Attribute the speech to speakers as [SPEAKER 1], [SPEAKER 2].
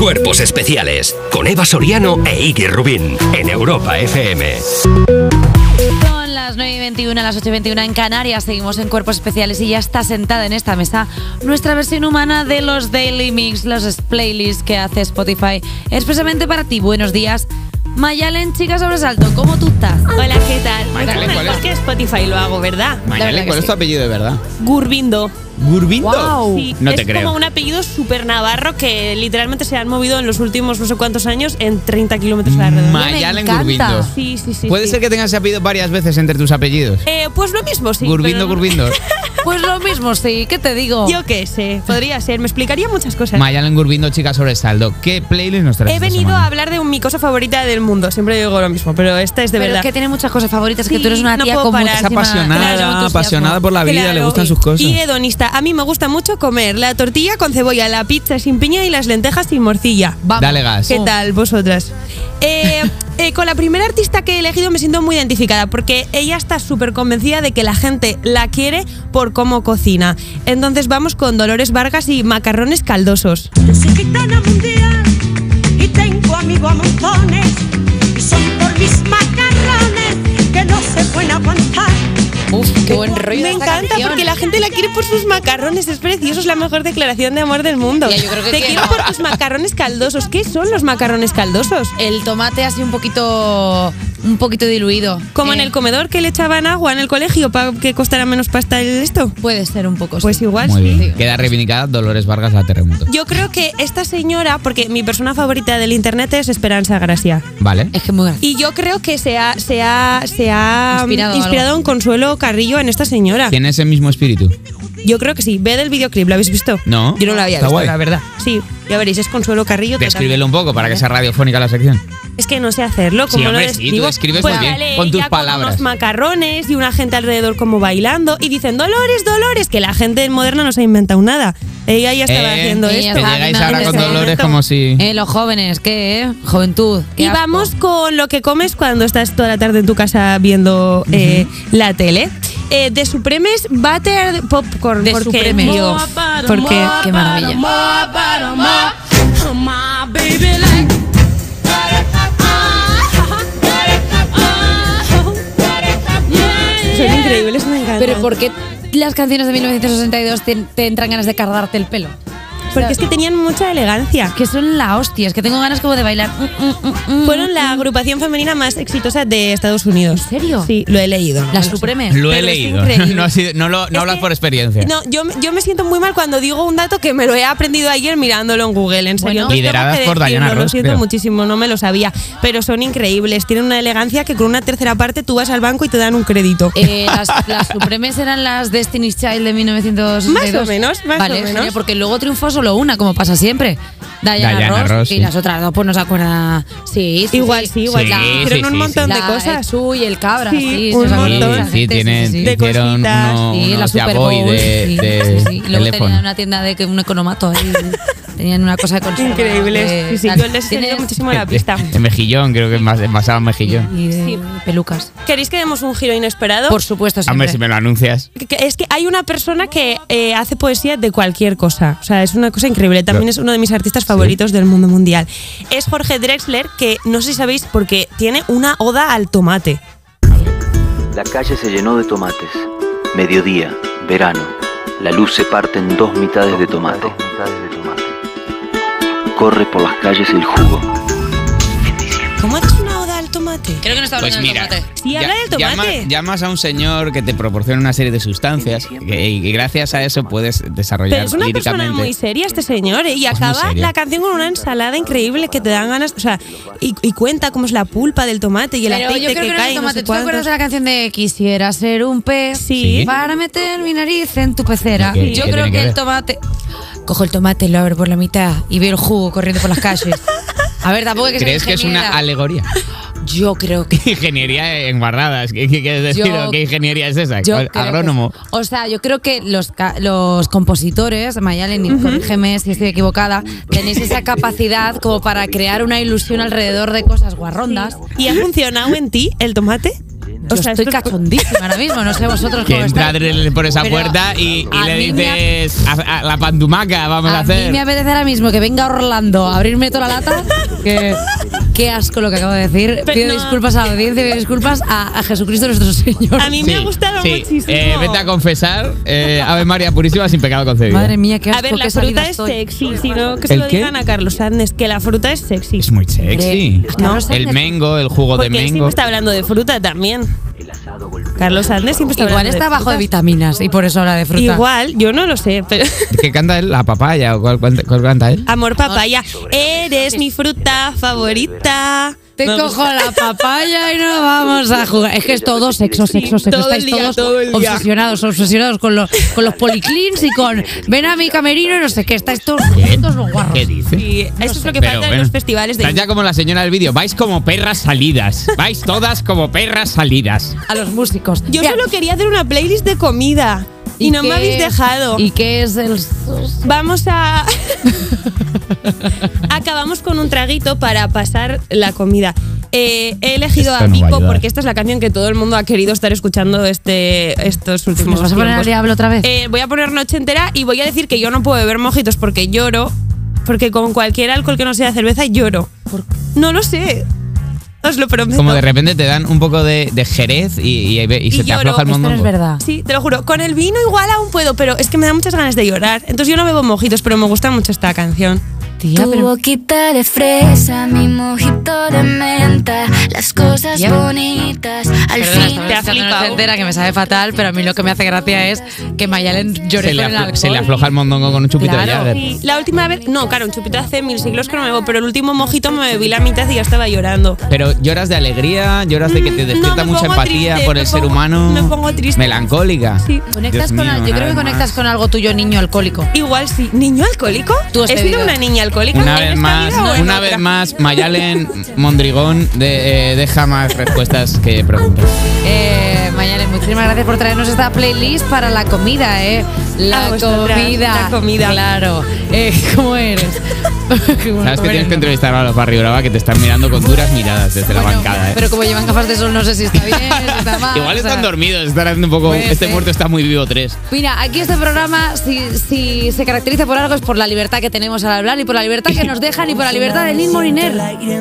[SPEAKER 1] Cuerpos especiales con Eva Soriano e Iggy Rubín en Europa FM.
[SPEAKER 2] Son las 9 y 21, las 8 y 21 en Canarias. Seguimos en Cuerpos Especiales y ya está sentada en esta mesa nuestra versión humana de los Daily Mix, los playlists que hace Spotify expresamente para ti. Buenos días. Mayalen, chica sobresalto, ¿cómo tú estás?
[SPEAKER 3] Hola, ¿qué tal?
[SPEAKER 4] Mayalen,
[SPEAKER 3] Mucho
[SPEAKER 4] ¿cuál
[SPEAKER 3] mejor
[SPEAKER 4] es?
[SPEAKER 3] que Spotify lo hago, ¿verdad?
[SPEAKER 2] verdad
[SPEAKER 4] Mañana,
[SPEAKER 2] que
[SPEAKER 4] ¿cuál es
[SPEAKER 2] sí.
[SPEAKER 4] tu apellido de verdad?
[SPEAKER 3] Gurbindo.
[SPEAKER 4] ¿Gurbindo?
[SPEAKER 2] Guau.
[SPEAKER 3] Sí,
[SPEAKER 4] Uh, No
[SPEAKER 3] es
[SPEAKER 4] te creo.
[SPEAKER 3] como un apellido súper navarro que literalmente se han movido en los últimos no sé cuántos años en 30 kilómetros a la redonda.
[SPEAKER 4] Mayalen
[SPEAKER 2] encanta.
[SPEAKER 4] Gurbindo.
[SPEAKER 3] Sí, sí, sí.
[SPEAKER 4] Puede
[SPEAKER 3] sí.
[SPEAKER 4] ser que tengas apellido varias veces entre tus apellidos.
[SPEAKER 3] Eh, pues lo mismo, sí.
[SPEAKER 4] Gurbindo,
[SPEAKER 3] pero-
[SPEAKER 4] Gurbindo.
[SPEAKER 2] Pues lo mismo, sí, ¿qué te digo?
[SPEAKER 3] Yo qué sé, podría ser. Me explicaría muchas cosas.
[SPEAKER 4] Mayalen Gurbindo, chica sobresaldo. ¿Qué playlist nos traes?
[SPEAKER 3] He
[SPEAKER 4] esta
[SPEAKER 3] venido
[SPEAKER 4] semana?
[SPEAKER 3] a hablar de un- mi cosa favorita del mundo. Siempre digo lo mismo, pero esta es de
[SPEAKER 2] Pero
[SPEAKER 3] verdad.
[SPEAKER 2] es que tiene muchas cosas favoritas, que
[SPEAKER 3] Sí,
[SPEAKER 2] tú eres una
[SPEAKER 3] no
[SPEAKER 2] tía
[SPEAKER 3] puedo
[SPEAKER 2] con
[SPEAKER 3] parar.
[SPEAKER 2] muchísima-
[SPEAKER 3] Es
[SPEAKER 4] apasionada,
[SPEAKER 2] claro, entusiasmo.
[SPEAKER 4] apasionada por la vida, le
[SPEAKER 3] Claro,
[SPEAKER 4] gustan
[SPEAKER 3] y-
[SPEAKER 4] sus cosas.
[SPEAKER 3] Y hedonista. A mí me gusta mucho comer la tortilla con cebolla, la pizza sin piña y las lentejas sin morcilla.
[SPEAKER 2] Vamos.
[SPEAKER 4] Dale gas.
[SPEAKER 3] ¿Qué tal vosotras? Eh, eh, con la primera artista que he elegido me siento muy identificada porque ella está súper convencida de que la gente la quiere por cómo cocina. Entonces vamos con Dolores Vargas y macarrones caldosos.
[SPEAKER 5] Yo soy gitana mundial y tengo amigos a montones. Y son por mis macarrones que no se pueden aguantar.
[SPEAKER 2] Uf, qué buen rollo.
[SPEAKER 3] Me
[SPEAKER 2] de esta
[SPEAKER 3] encanta
[SPEAKER 2] canción.
[SPEAKER 3] porque la gente la quiere por sus macarrones. Es precioso, es la mejor declaración de amor del mundo.
[SPEAKER 2] Ya, yo creo que
[SPEAKER 3] Te
[SPEAKER 2] que
[SPEAKER 3] quiero
[SPEAKER 2] no.
[SPEAKER 3] por tus macarrones caldosos. ¿Qué son los macarrones caldosos?
[SPEAKER 2] El tomate así un poquito. un poquito diluido.
[SPEAKER 3] Como
[SPEAKER 2] Eh,
[SPEAKER 3] en el comedor que le echaban agua en el colegio para que costara menos pasta el esto.
[SPEAKER 2] Puede ser un poco.
[SPEAKER 3] Pues
[SPEAKER 2] sí.
[SPEAKER 3] igual
[SPEAKER 4] Muy
[SPEAKER 3] sí.
[SPEAKER 4] bien.
[SPEAKER 2] Sí.
[SPEAKER 4] Queda reivindicada Dolores Vargas la terremoto.
[SPEAKER 3] Yo creo que esta señora, porque mi persona favorita del internet es Esperanza Gracia.
[SPEAKER 4] Vale.
[SPEAKER 2] Es que es muy gracioso.
[SPEAKER 3] Y yo creo que se ha, se ha, se ha mm,
[SPEAKER 2] Inspirado
[SPEAKER 3] inspirado,
[SPEAKER 2] algo.
[SPEAKER 3] en Consuelo Carrillo en esta señora.
[SPEAKER 4] ¿Tiene ese mismo espíritu?
[SPEAKER 3] Yo creo que sí. Ve del videoclip, ¿lo habéis visto?
[SPEAKER 4] No.
[SPEAKER 3] Yo no lo había
[SPEAKER 4] Está
[SPEAKER 3] visto,
[SPEAKER 4] guay.
[SPEAKER 3] la verdad. Sí, ya veréis, es Consuelo Carrillo. total.
[SPEAKER 4] Descríbelo un poco para que sea radiofónica la sección.
[SPEAKER 3] Es que no sé hacerlo, como
[SPEAKER 4] hombre,
[SPEAKER 3] lo
[SPEAKER 4] sí, tú
[SPEAKER 3] describo.
[SPEAKER 4] describes
[SPEAKER 3] Pues
[SPEAKER 4] muy bien,
[SPEAKER 3] sale
[SPEAKER 4] con tus
[SPEAKER 3] ella
[SPEAKER 4] palabras.
[SPEAKER 3] unos macarrones y una gente alrededor como bailando y dicen, Dolores, Dolores, que la gente moderna no se ha inventado nada. Ella ya estaba
[SPEAKER 4] Eh,
[SPEAKER 3] haciendo
[SPEAKER 2] ella
[SPEAKER 3] esto.
[SPEAKER 4] Que
[SPEAKER 2] estaba
[SPEAKER 4] llegáis
[SPEAKER 2] haciendo
[SPEAKER 4] ahora con
[SPEAKER 2] ese
[SPEAKER 4] Dolores
[SPEAKER 3] momento.
[SPEAKER 4] como si...
[SPEAKER 2] Eh, los jóvenes, ¿qué? Eh? Juventud. qué
[SPEAKER 3] Y
[SPEAKER 2] asco.
[SPEAKER 3] vamos con lo que comes cuando estás toda la tarde en tu casa viendo eh, la tele. Eh, de Supremes Butter Popcorn.
[SPEAKER 2] De
[SPEAKER 3] porque,
[SPEAKER 2] Supremes.
[SPEAKER 3] Dios, porque
[SPEAKER 2] Qué maravilla.
[SPEAKER 3] son increíbles, me encantan.
[SPEAKER 2] Pero ¿por qué las canciones de 1962 te, te entran ganas de cargarte el pelo?
[SPEAKER 3] porque es que tenían mucha elegancia.
[SPEAKER 2] Que son la hostia, es que tengo ganas como de bailar. Mm, mm, mm, mm.
[SPEAKER 3] Fueron la agrupación femenina más exitosa de Estados Unidos.
[SPEAKER 2] ¿En serio?
[SPEAKER 3] Sí, lo he leído. ¿no?
[SPEAKER 2] Las Supremes.
[SPEAKER 4] Lo he
[SPEAKER 3] Pero es
[SPEAKER 4] leído.
[SPEAKER 3] increíble.
[SPEAKER 4] No, ha sido- no lo, no
[SPEAKER 3] Es
[SPEAKER 4] hablas
[SPEAKER 3] que-
[SPEAKER 4] por experiencia.
[SPEAKER 3] No, yo, yo me siento muy mal cuando digo un dato que me lo he aprendido ayer mirándolo en Google, en serio.
[SPEAKER 2] Bueno.
[SPEAKER 3] Entonces,
[SPEAKER 4] Lideradas
[SPEAKER 3] tengo que
[SPEAKER 4] por Diana
[SPEAKER 3] decirlo, Lo
[SPEAKER 4] Ross,
[SPEAKER 3] siento
[SPEAKER 4] creo.
[SPEAKER 3] muchísimo, no me lo sabía. Pero son increíbles, tienen una elegancia que con una tercera parte tú vas al banco y te dan un crédito.
[SPEAKER 2] Eh, las, las Supremes eran las Destiny's Child de 1962.
[SPEAKER 3] Más o menos, más
[SPEAKER 2] vale,
[SPEAKER 3] o menos.
[SPEAKER 2] genial, porque luego triunfó solo una, como pasa siempre. Diana,
[SPEAKER 4] Diana
[SPEAKER 2] Ross,
[SPEAKER 4] Ross,
[SPEAKER 2] y
[SPEAKER 4] sí.
[SPEAKER 2] las otras dos, pues no se acuerda. Sí, sí,
[SPEAKER 3] Igual sí, igual
[SPEAKER 4] Sí,
[SPEAKER 2] La-
[SPEAKER 4] sí,
[SPEAKER 3] Hicieron un
[SPEAKER 4] sí,
[SPEAKER 3] montón
[SPEAKER 2] la
[SPEAKER 3] de cosas.
[SPEAKER 2] Echu y el Cabra, sí,
[SPEAKER 3] Sí,
[SPEAKER 2] sí,
[SPEAKER 3] un
[SPEAKER 2] se acuerda
[SPEAKER 3] montón.
[SPEAKER 2] mucha
[SPEAKER 4] Sí,
[SPEAKER 2] gente,
[SPEAKER 4] sí, tienen,
[SPEAKER 2] sí, sí.
[SPEAKER 3] De
[SPEAKER 4] hicieron
[SPEAKER 3] cositas.
[SPEAKER 4] uno-
[SPEAKER 2] Sí, la
[SPEAKER 4] unos
[SPEAKER 2] Super
[SPEAKER 4] Jack
[SPEAKER 2] Bowl,
[SPEAKER 4] Boy de,
[SPEAKER 2] sí,
[SPEAKER 4] de
[SPEAKER 2] sí, sí. Y Luego
[SPEAKER 4] teléfono.
[SPEAKER 2] tenían una tienda de que- un economato ahí. tenían una cosa de conserva.
[SPEAKER 3] Increíbles.
[SPEAKER 2] de-
[SPEAKER 3] Sí, sí,
[SPEAKER 2] tal.
[SPEAKER 3] yo les he seguido
[SPEAKER 2] Tienes-
[SPEAKER 3] muchísimo la pista.
[SPEAKER 4] De mejillón, creo que es más basado en mejillón.
[SPEAKER 2] Y de
[SPEAKER 3] Sí.
[SPEAKER 2] pelucas.
[SPEAKER 3] ¿Queréis que demos un giro inesperado?
[SPEAKER 2] Por supuesto, siempre.
[SPEAKER 4] Hombre, si me lo anuncias.
[SPEAKER 3] Que- que- Es que hay una persona que eh, hace poesía de cualquier cosa. O sea, es una cosa increíble. También
[SPEAKER 4] Claro.
[SPEAKER 3] es uno de mis artistas favoritos del mundo mundial. Es Jorge Drexler, que no sé si sabéis, porque tiene una oda al tomate.
[SPEAKER 6] La calle se llenó de tomates. Mediodía, verano. La luz se parte en dos mitades de tomate. Corre por las calles el jugo.
[SPEAKER 3] ¿Cómo haces una oda al tomate?
[SPEAKER 2] Creo que no está hablando
[SPEAKER 4] Pues
[SPEAKER 2] del
[SPEAKER 4] mira,
[SPEAKER 2] tomate.
[SPEAKER 3] Sí, habla del
[SPEAKER 4] llama-
[SPEAKER 3] tomate.
[SPEAKER 4] llamas a un señor que te proporciona una serie de sustancias que- y gracias a eso puedes desarrollar
[SPEAKER 3] Pero es una persona
[SPEAKER 4] líricamente.
[SPEAKER 3] muy seria este señor ¿eh? y
[SPEAKER 4] Pues muy
[SPEAKER 3] acaba
[SPEAKER 4] serio.
[SPEAKER 3] la canción con una ensalada increíble que te dan ganas, o sea, y, y cuenta cómo es la pulpa del tomate y el
[SPEAKER 2] Pero
[SPEAKER 3] aceite
[SPEAKER 2] yo creo
[SPEAKER 3] que
[SPEAKER 2] que, no es
[SPEAKER 3] cae.
[SPEAKER 2] el
[SPEAKER 3] y no
[SPEAKER 2] tomate.
[SPEAKER 3] sé
[SPEAKER 2] ¿Tú te acuerdas
[SPEAKER 3] cuántos.
[SPEAKER 2] de la canción de Quisiera ser un pez
[SPEAKER 3] Sí.
[SPEAKER 2] para meter mi nariz en tu pecera?
[SPEAKER 4] ¿Qué-
[SPEAKER 2] Yo
[SPEAKER 4] qué
[SPEAKER 2] creo
[SPEAKER 4] tiene
[SPEAKER 2] que,
[SPEAKER 4] que
[SPEAKER 2] el
[SPEAKER 4] ver?
[SPEAKER 2] tomate. Cojo el tomate, lo abro por la mitad y veo el jugo corriendo por las calles. A ver, tampoco es que sea
[SPEAKER 4] ¿Crees que es una
[SPEAKER 2] ingeniera.
[SPEAKER 4] alegoría?
[SPEAKER 2] Yo creo que.
[SPEAKER 4] ingeniería en guardadas. ¿Qué, qué quieres decir?
[SPEAKER 2] Yo-
[SPEAKER 4] ¿Qué ingeniería es esa?
[SPEAKER 2] Yo
[SPEAKER 4] ¿Cuál-
[SPEAKER 2] creo que-
[SPEAKER 4] Agrónomo.
[SPEAKER 2] o sea, yo creo que los, ca- los compositores, Mayalen, y corrígeme si estoy equivocada, tenéis esa capacidad como para crear una ilusión alrededor de cosas guarrondas.
[SPEAKER 3] ¿Y ha funcionado en ti el tomate?
[SPEAKER 2] Yo
[SPEAKER 3] O sea,
[SPEAKER 2] estoy
[SPEAKER 3] esto es-
[SPEAKER 2] cachondísima ahora mismo, no sé vosotros
[SPEAKER 4] Que
[SPEAKER 2] cómo
[SPEAKER 4] entra
[SPEAKER 2] estáis.
[SPEAKER 4] Adriel por esa
[SPEAKER 2] Pero
[SPEAKER 4] puerta y, y
[SPEAKER 2] a
[SPEAKER 4] le
[SPEAKER 2] mí me ha-
[SPEAKER 4] dices "A- a la pandumaca vamos a,
[SPEAKER 2] A
[SPEAKER 4] hacer.
[SPEAKER 2] mí me apetece ahora mismo que venga Orlando a abrirme toda la lata. Que, qué asco lo que acabo de decir.
[SPEAKER 3] Pero
[SPEAKER 2] Pido
[SPEAKER 3] no.
[SPEAKER 2] disculpas a la audiencia, pido disculpas a, a Jesucristo nuestro Señor.
[SPEAKER 3] A mí me ha gustado muchísimo.
[SPEAKER 4] Eh, vete a confesar, eh, Ave María Purísima sin pecado concebido.
[SPEAKER 2] Madre mía, qué asco.
[SPEAKER 3] A ver, la
[SPEAKER 2] qué salida
[SPEAKER 3] fruta es
[SPEAKER 2] estoy.
[SPEAKER 3] sexy, sino que se
[SPEAKER 4] ¿El
[SPEAKER 3] lo
[SPEAKER 4] qué?
[SPEAKER 3] digan a Carlos Sánchez, que la fruta es sexy.
[SPEAKER 4] Es muy sexy.
[SPEAKER 2] Hombre, Carlos
[SPEAKER 4] El
[SPEAKER 2] Sánchez.
[SPEAKER 4] mengo, el jugo
[SPEAKER 3] Porque
[SPEAKER 4] de
[SPEAKER 3] él
[SPEAKER 4] mengo.
[SPEAKER 3] siempre está hablando de fruta también. Carlos Sánchez siempre está
[SPEAKER 2] Igual
[SPEAKER 3] hablando
[SPEAKER 2] está
[SPEAKER 3] de
[SPEAKER 2] bajo de
[SPEAKER 3] frutas.
[SPEAKER 2] vitaminas y por eso habla de fruta.
[SPEAKER 3] Igual, yo no lo sé, pero...
[SPEAKER 4] ¿Qué canta él? ¿La papaya? ¿O cuál, cuál- cuál canta él?
[SPEAKER 3] Amor papaya, eres mi fruta favorita.
[SPEAKER 2] Te
[SPEAKER 3] No,
[SPEAKER 2] cojo la papaya y nos vamos a jugar. Es que es todo sexo, sexo, sexo.
[SPEAKER 3] todo el
[SPEAKER 2] Estáis
[SPEAKER 3] día,
[SPEAKER 2] todos
[SPEAKER 3] todo el día.
[SPEAKER 2] obsesionados, obsesionados con, los con los policlins y con ven a mi camerino y no sé qué. Estáis todos juntos los guarros.
[SPEAKER 4] ¿Qué dice?
[SPEAKER 3] sí, eso es lo que
[SPEAKER 4] Pero
[SPEAKER 3] falta en
[SPEAKER 4] bueno,
[SPEAKER 3] los festivales de
[SPEAKER 4] Estás ya como la señora del vídeo. Vais como perras salidas. Vais todas como perras salidas.
[SPEAKER 2] A los músicos.
[SPEAKER 3] Yo
[SPEAKER 2] Mira,
[SPEAKER 3] solo quería hacer una playlist de comida y, no
[SPEAKER 2] qué
[SPEAKER 3] me habéis
[SPEAKER 2] es-
[SPEAKER 3] dejado.
[SPEAKER 2] ¿Y qué es el.?
[SPEAKER 3] Vamos a. Acabamos con un traguito para pasar la comida. Eh, he elegido
[SPEAKER 4] Esto
[SPEAKER 3] a
[SPEAKER 4] no va a
[SPEAKER 3] Pico
[SPEAKER 4] ayudar.
[SPEAKER 3] porque esta es la canción que todo el mundo ha querido estar escuchando este, estos
[SPEAKER 2] ¿Nos
[SPEAKER 3] últimos
[SPEAKER 2] Pues vas a poner al
[SPEAKER 3] tiempos.
[SPEAKER 2] diablo otra vez?
[SPEAKER 3] Eh, voy a poner noche entera y voy a decir que yo no puedo beber mojitos porque lloro. Porque con cualquier alcohol que no sea cerveza lloro. No lo sé. Os lo prometo.
[SPEAKER 4] Como de repente te dan un poco de, de jerez y, y- y
[SPEAKER 3] Y
[SPEAKER 4] se te
[SPEAKER 3] lloro,
[SPEAKER 4] afloja el
[SPEAKER 2] Esto no
[SPEAKER 4] mondongo.
[SPEAKER 2] es verdad.
[SPEAKER 3] Sí, te lo juro. Con el vino igual aún puedo, pero es que me da muchas ganas de llorar. Entonces yo no bebo mojitos, pero me gusta mucho esta canción.
[SPEAKER 2] Tía,
[SPEAKER 7] tu
[SPEAKER 2] pero.
[SPEAKER 7] boquita de fresa, mi mojito de menta, las cosas
[SPEAKER 2] Ya.
[SPEAKER 7] bonitas,
[SPEAKER 2] Perdona,
[SPEAKER 7] al fin
[SPEAKER 2] estaba
[SPEAKER 3] te ha
[SPEAKER 2] escuchando
[SPEAKER 3] flipado.
[SPEAKER 2] una entera que me sabe fatal, pero a mí lo que me hace gracia es que Mayalen llore
[SPEAKER 4] Se le,
[SPEAKER 2] con el
[SPEAKER 4] aflo-
[SPEAKER 2] alcohol.
[SPEAKER 4] se le afloja el mondongo con un chupito
[SPEAKER 2] Claro.
[SPEAKER 4] de
[SPEAKER 3] Y
[SPEAKER 4] Jagger.
[SPEAKER 3] la última vez, no, claro, un chupito hace mil siglos que no me bebo, pero el último mojito me bebí la mitad y ya estaba llorando.
[SPEAKER 4] Pero lloras de alegría, lloras de que te
[SPEAKER 3] Mm,
[SPEAKER 4] despierta
[SPEAKER 3] no, me
[SPEAKER 4] mucha
[SPEAKER 3] pongo
[SPEAKER 4] empatía
[SPEAKER 3] triste,
[SPEAKER 4] por
[SPEAKER 3] me
[SPEAKER 4] el ser
[SPEAKER 3] pongo-
[SPEAKER 4] humano.
[SPEAKER 3] me pongo triste.
[SPEAKER 4] Melancólica.
[SPEAKER 3] Sí.
[SPEAKER 2] Conectas
[SPEAKER 4] Dios
[SPEAKER 2] con
[SPEAKER 4] mío,
[SPEAKER 2] al- yo
[SPEAKER 4] una
[SPEAKER 2] creo que
[SPEAKER 4] vez
[SPEAKER 2] conectas
[SPEAKER 4] más.
[SPEAKER 2] con algo tuyo, niño alcohólico.
[SPEAKER 3] Igual sí. ¿Niño alcohólico?
[SPEAKER 2] Tú has
[SPEAKER 3] ¿He sido
[SPEAKER 2] bebido.
[SPEAKER 3] una niña alcohólica? en
[SPEAKER 4] Una vez
[SPEAKER 3] esta
[SPEAKER 4] más,
[SPEAKER 3] vida o en
[SPEAKER 4] una
[SPEAKER 3] otra?
[SPEAKER 4] vez más, Mayalen Mondrigón de- eh, deja más respuestas que preguntas.
[SPEAKER 2] Eh, Mayalen, muchísimas gracias por traernos esta playlist para la comida, ¿eh? La
[SPEAKER 3] A vosotras,
[SPEAKER 2] comida.
[SPEAKER 3] Ah, pues la comida.
[SPEAKER 2] Claro. Eh, ¿Cómo eres? Bueno, comer
[SPEAKER 4] Sabes que tienes
[SPEAKER 2] no.
[SPEAKER 4] que entrevistar a los Barrio Brava que te están mirando con duras miradas desde la
[SPEAKER 2] Bueno,
[SPEAKER 4] bancada. ¿eh?
[SPEAKER 2] Pero como llevan gafas de sol, no sé si está bien, si está mal.
[SPEAKER 4] Igual
[SPEAKER 2] o sea.
[SPEAKER 4] están dormidos, están haciendo un poco.
[SPEAKER 2] Puede
[SPEAKER 4] Este
[SPEAKER 2] ser.
[SPEAKER 4] muerto está muy vivo tres.
[SPEAKER 2] Mira, aquí este programa, si, si se caracteriza por algo, es por la libertad que tenemos al hablar y por la libertad que nos dejan y por la libertad de Lin Moriner.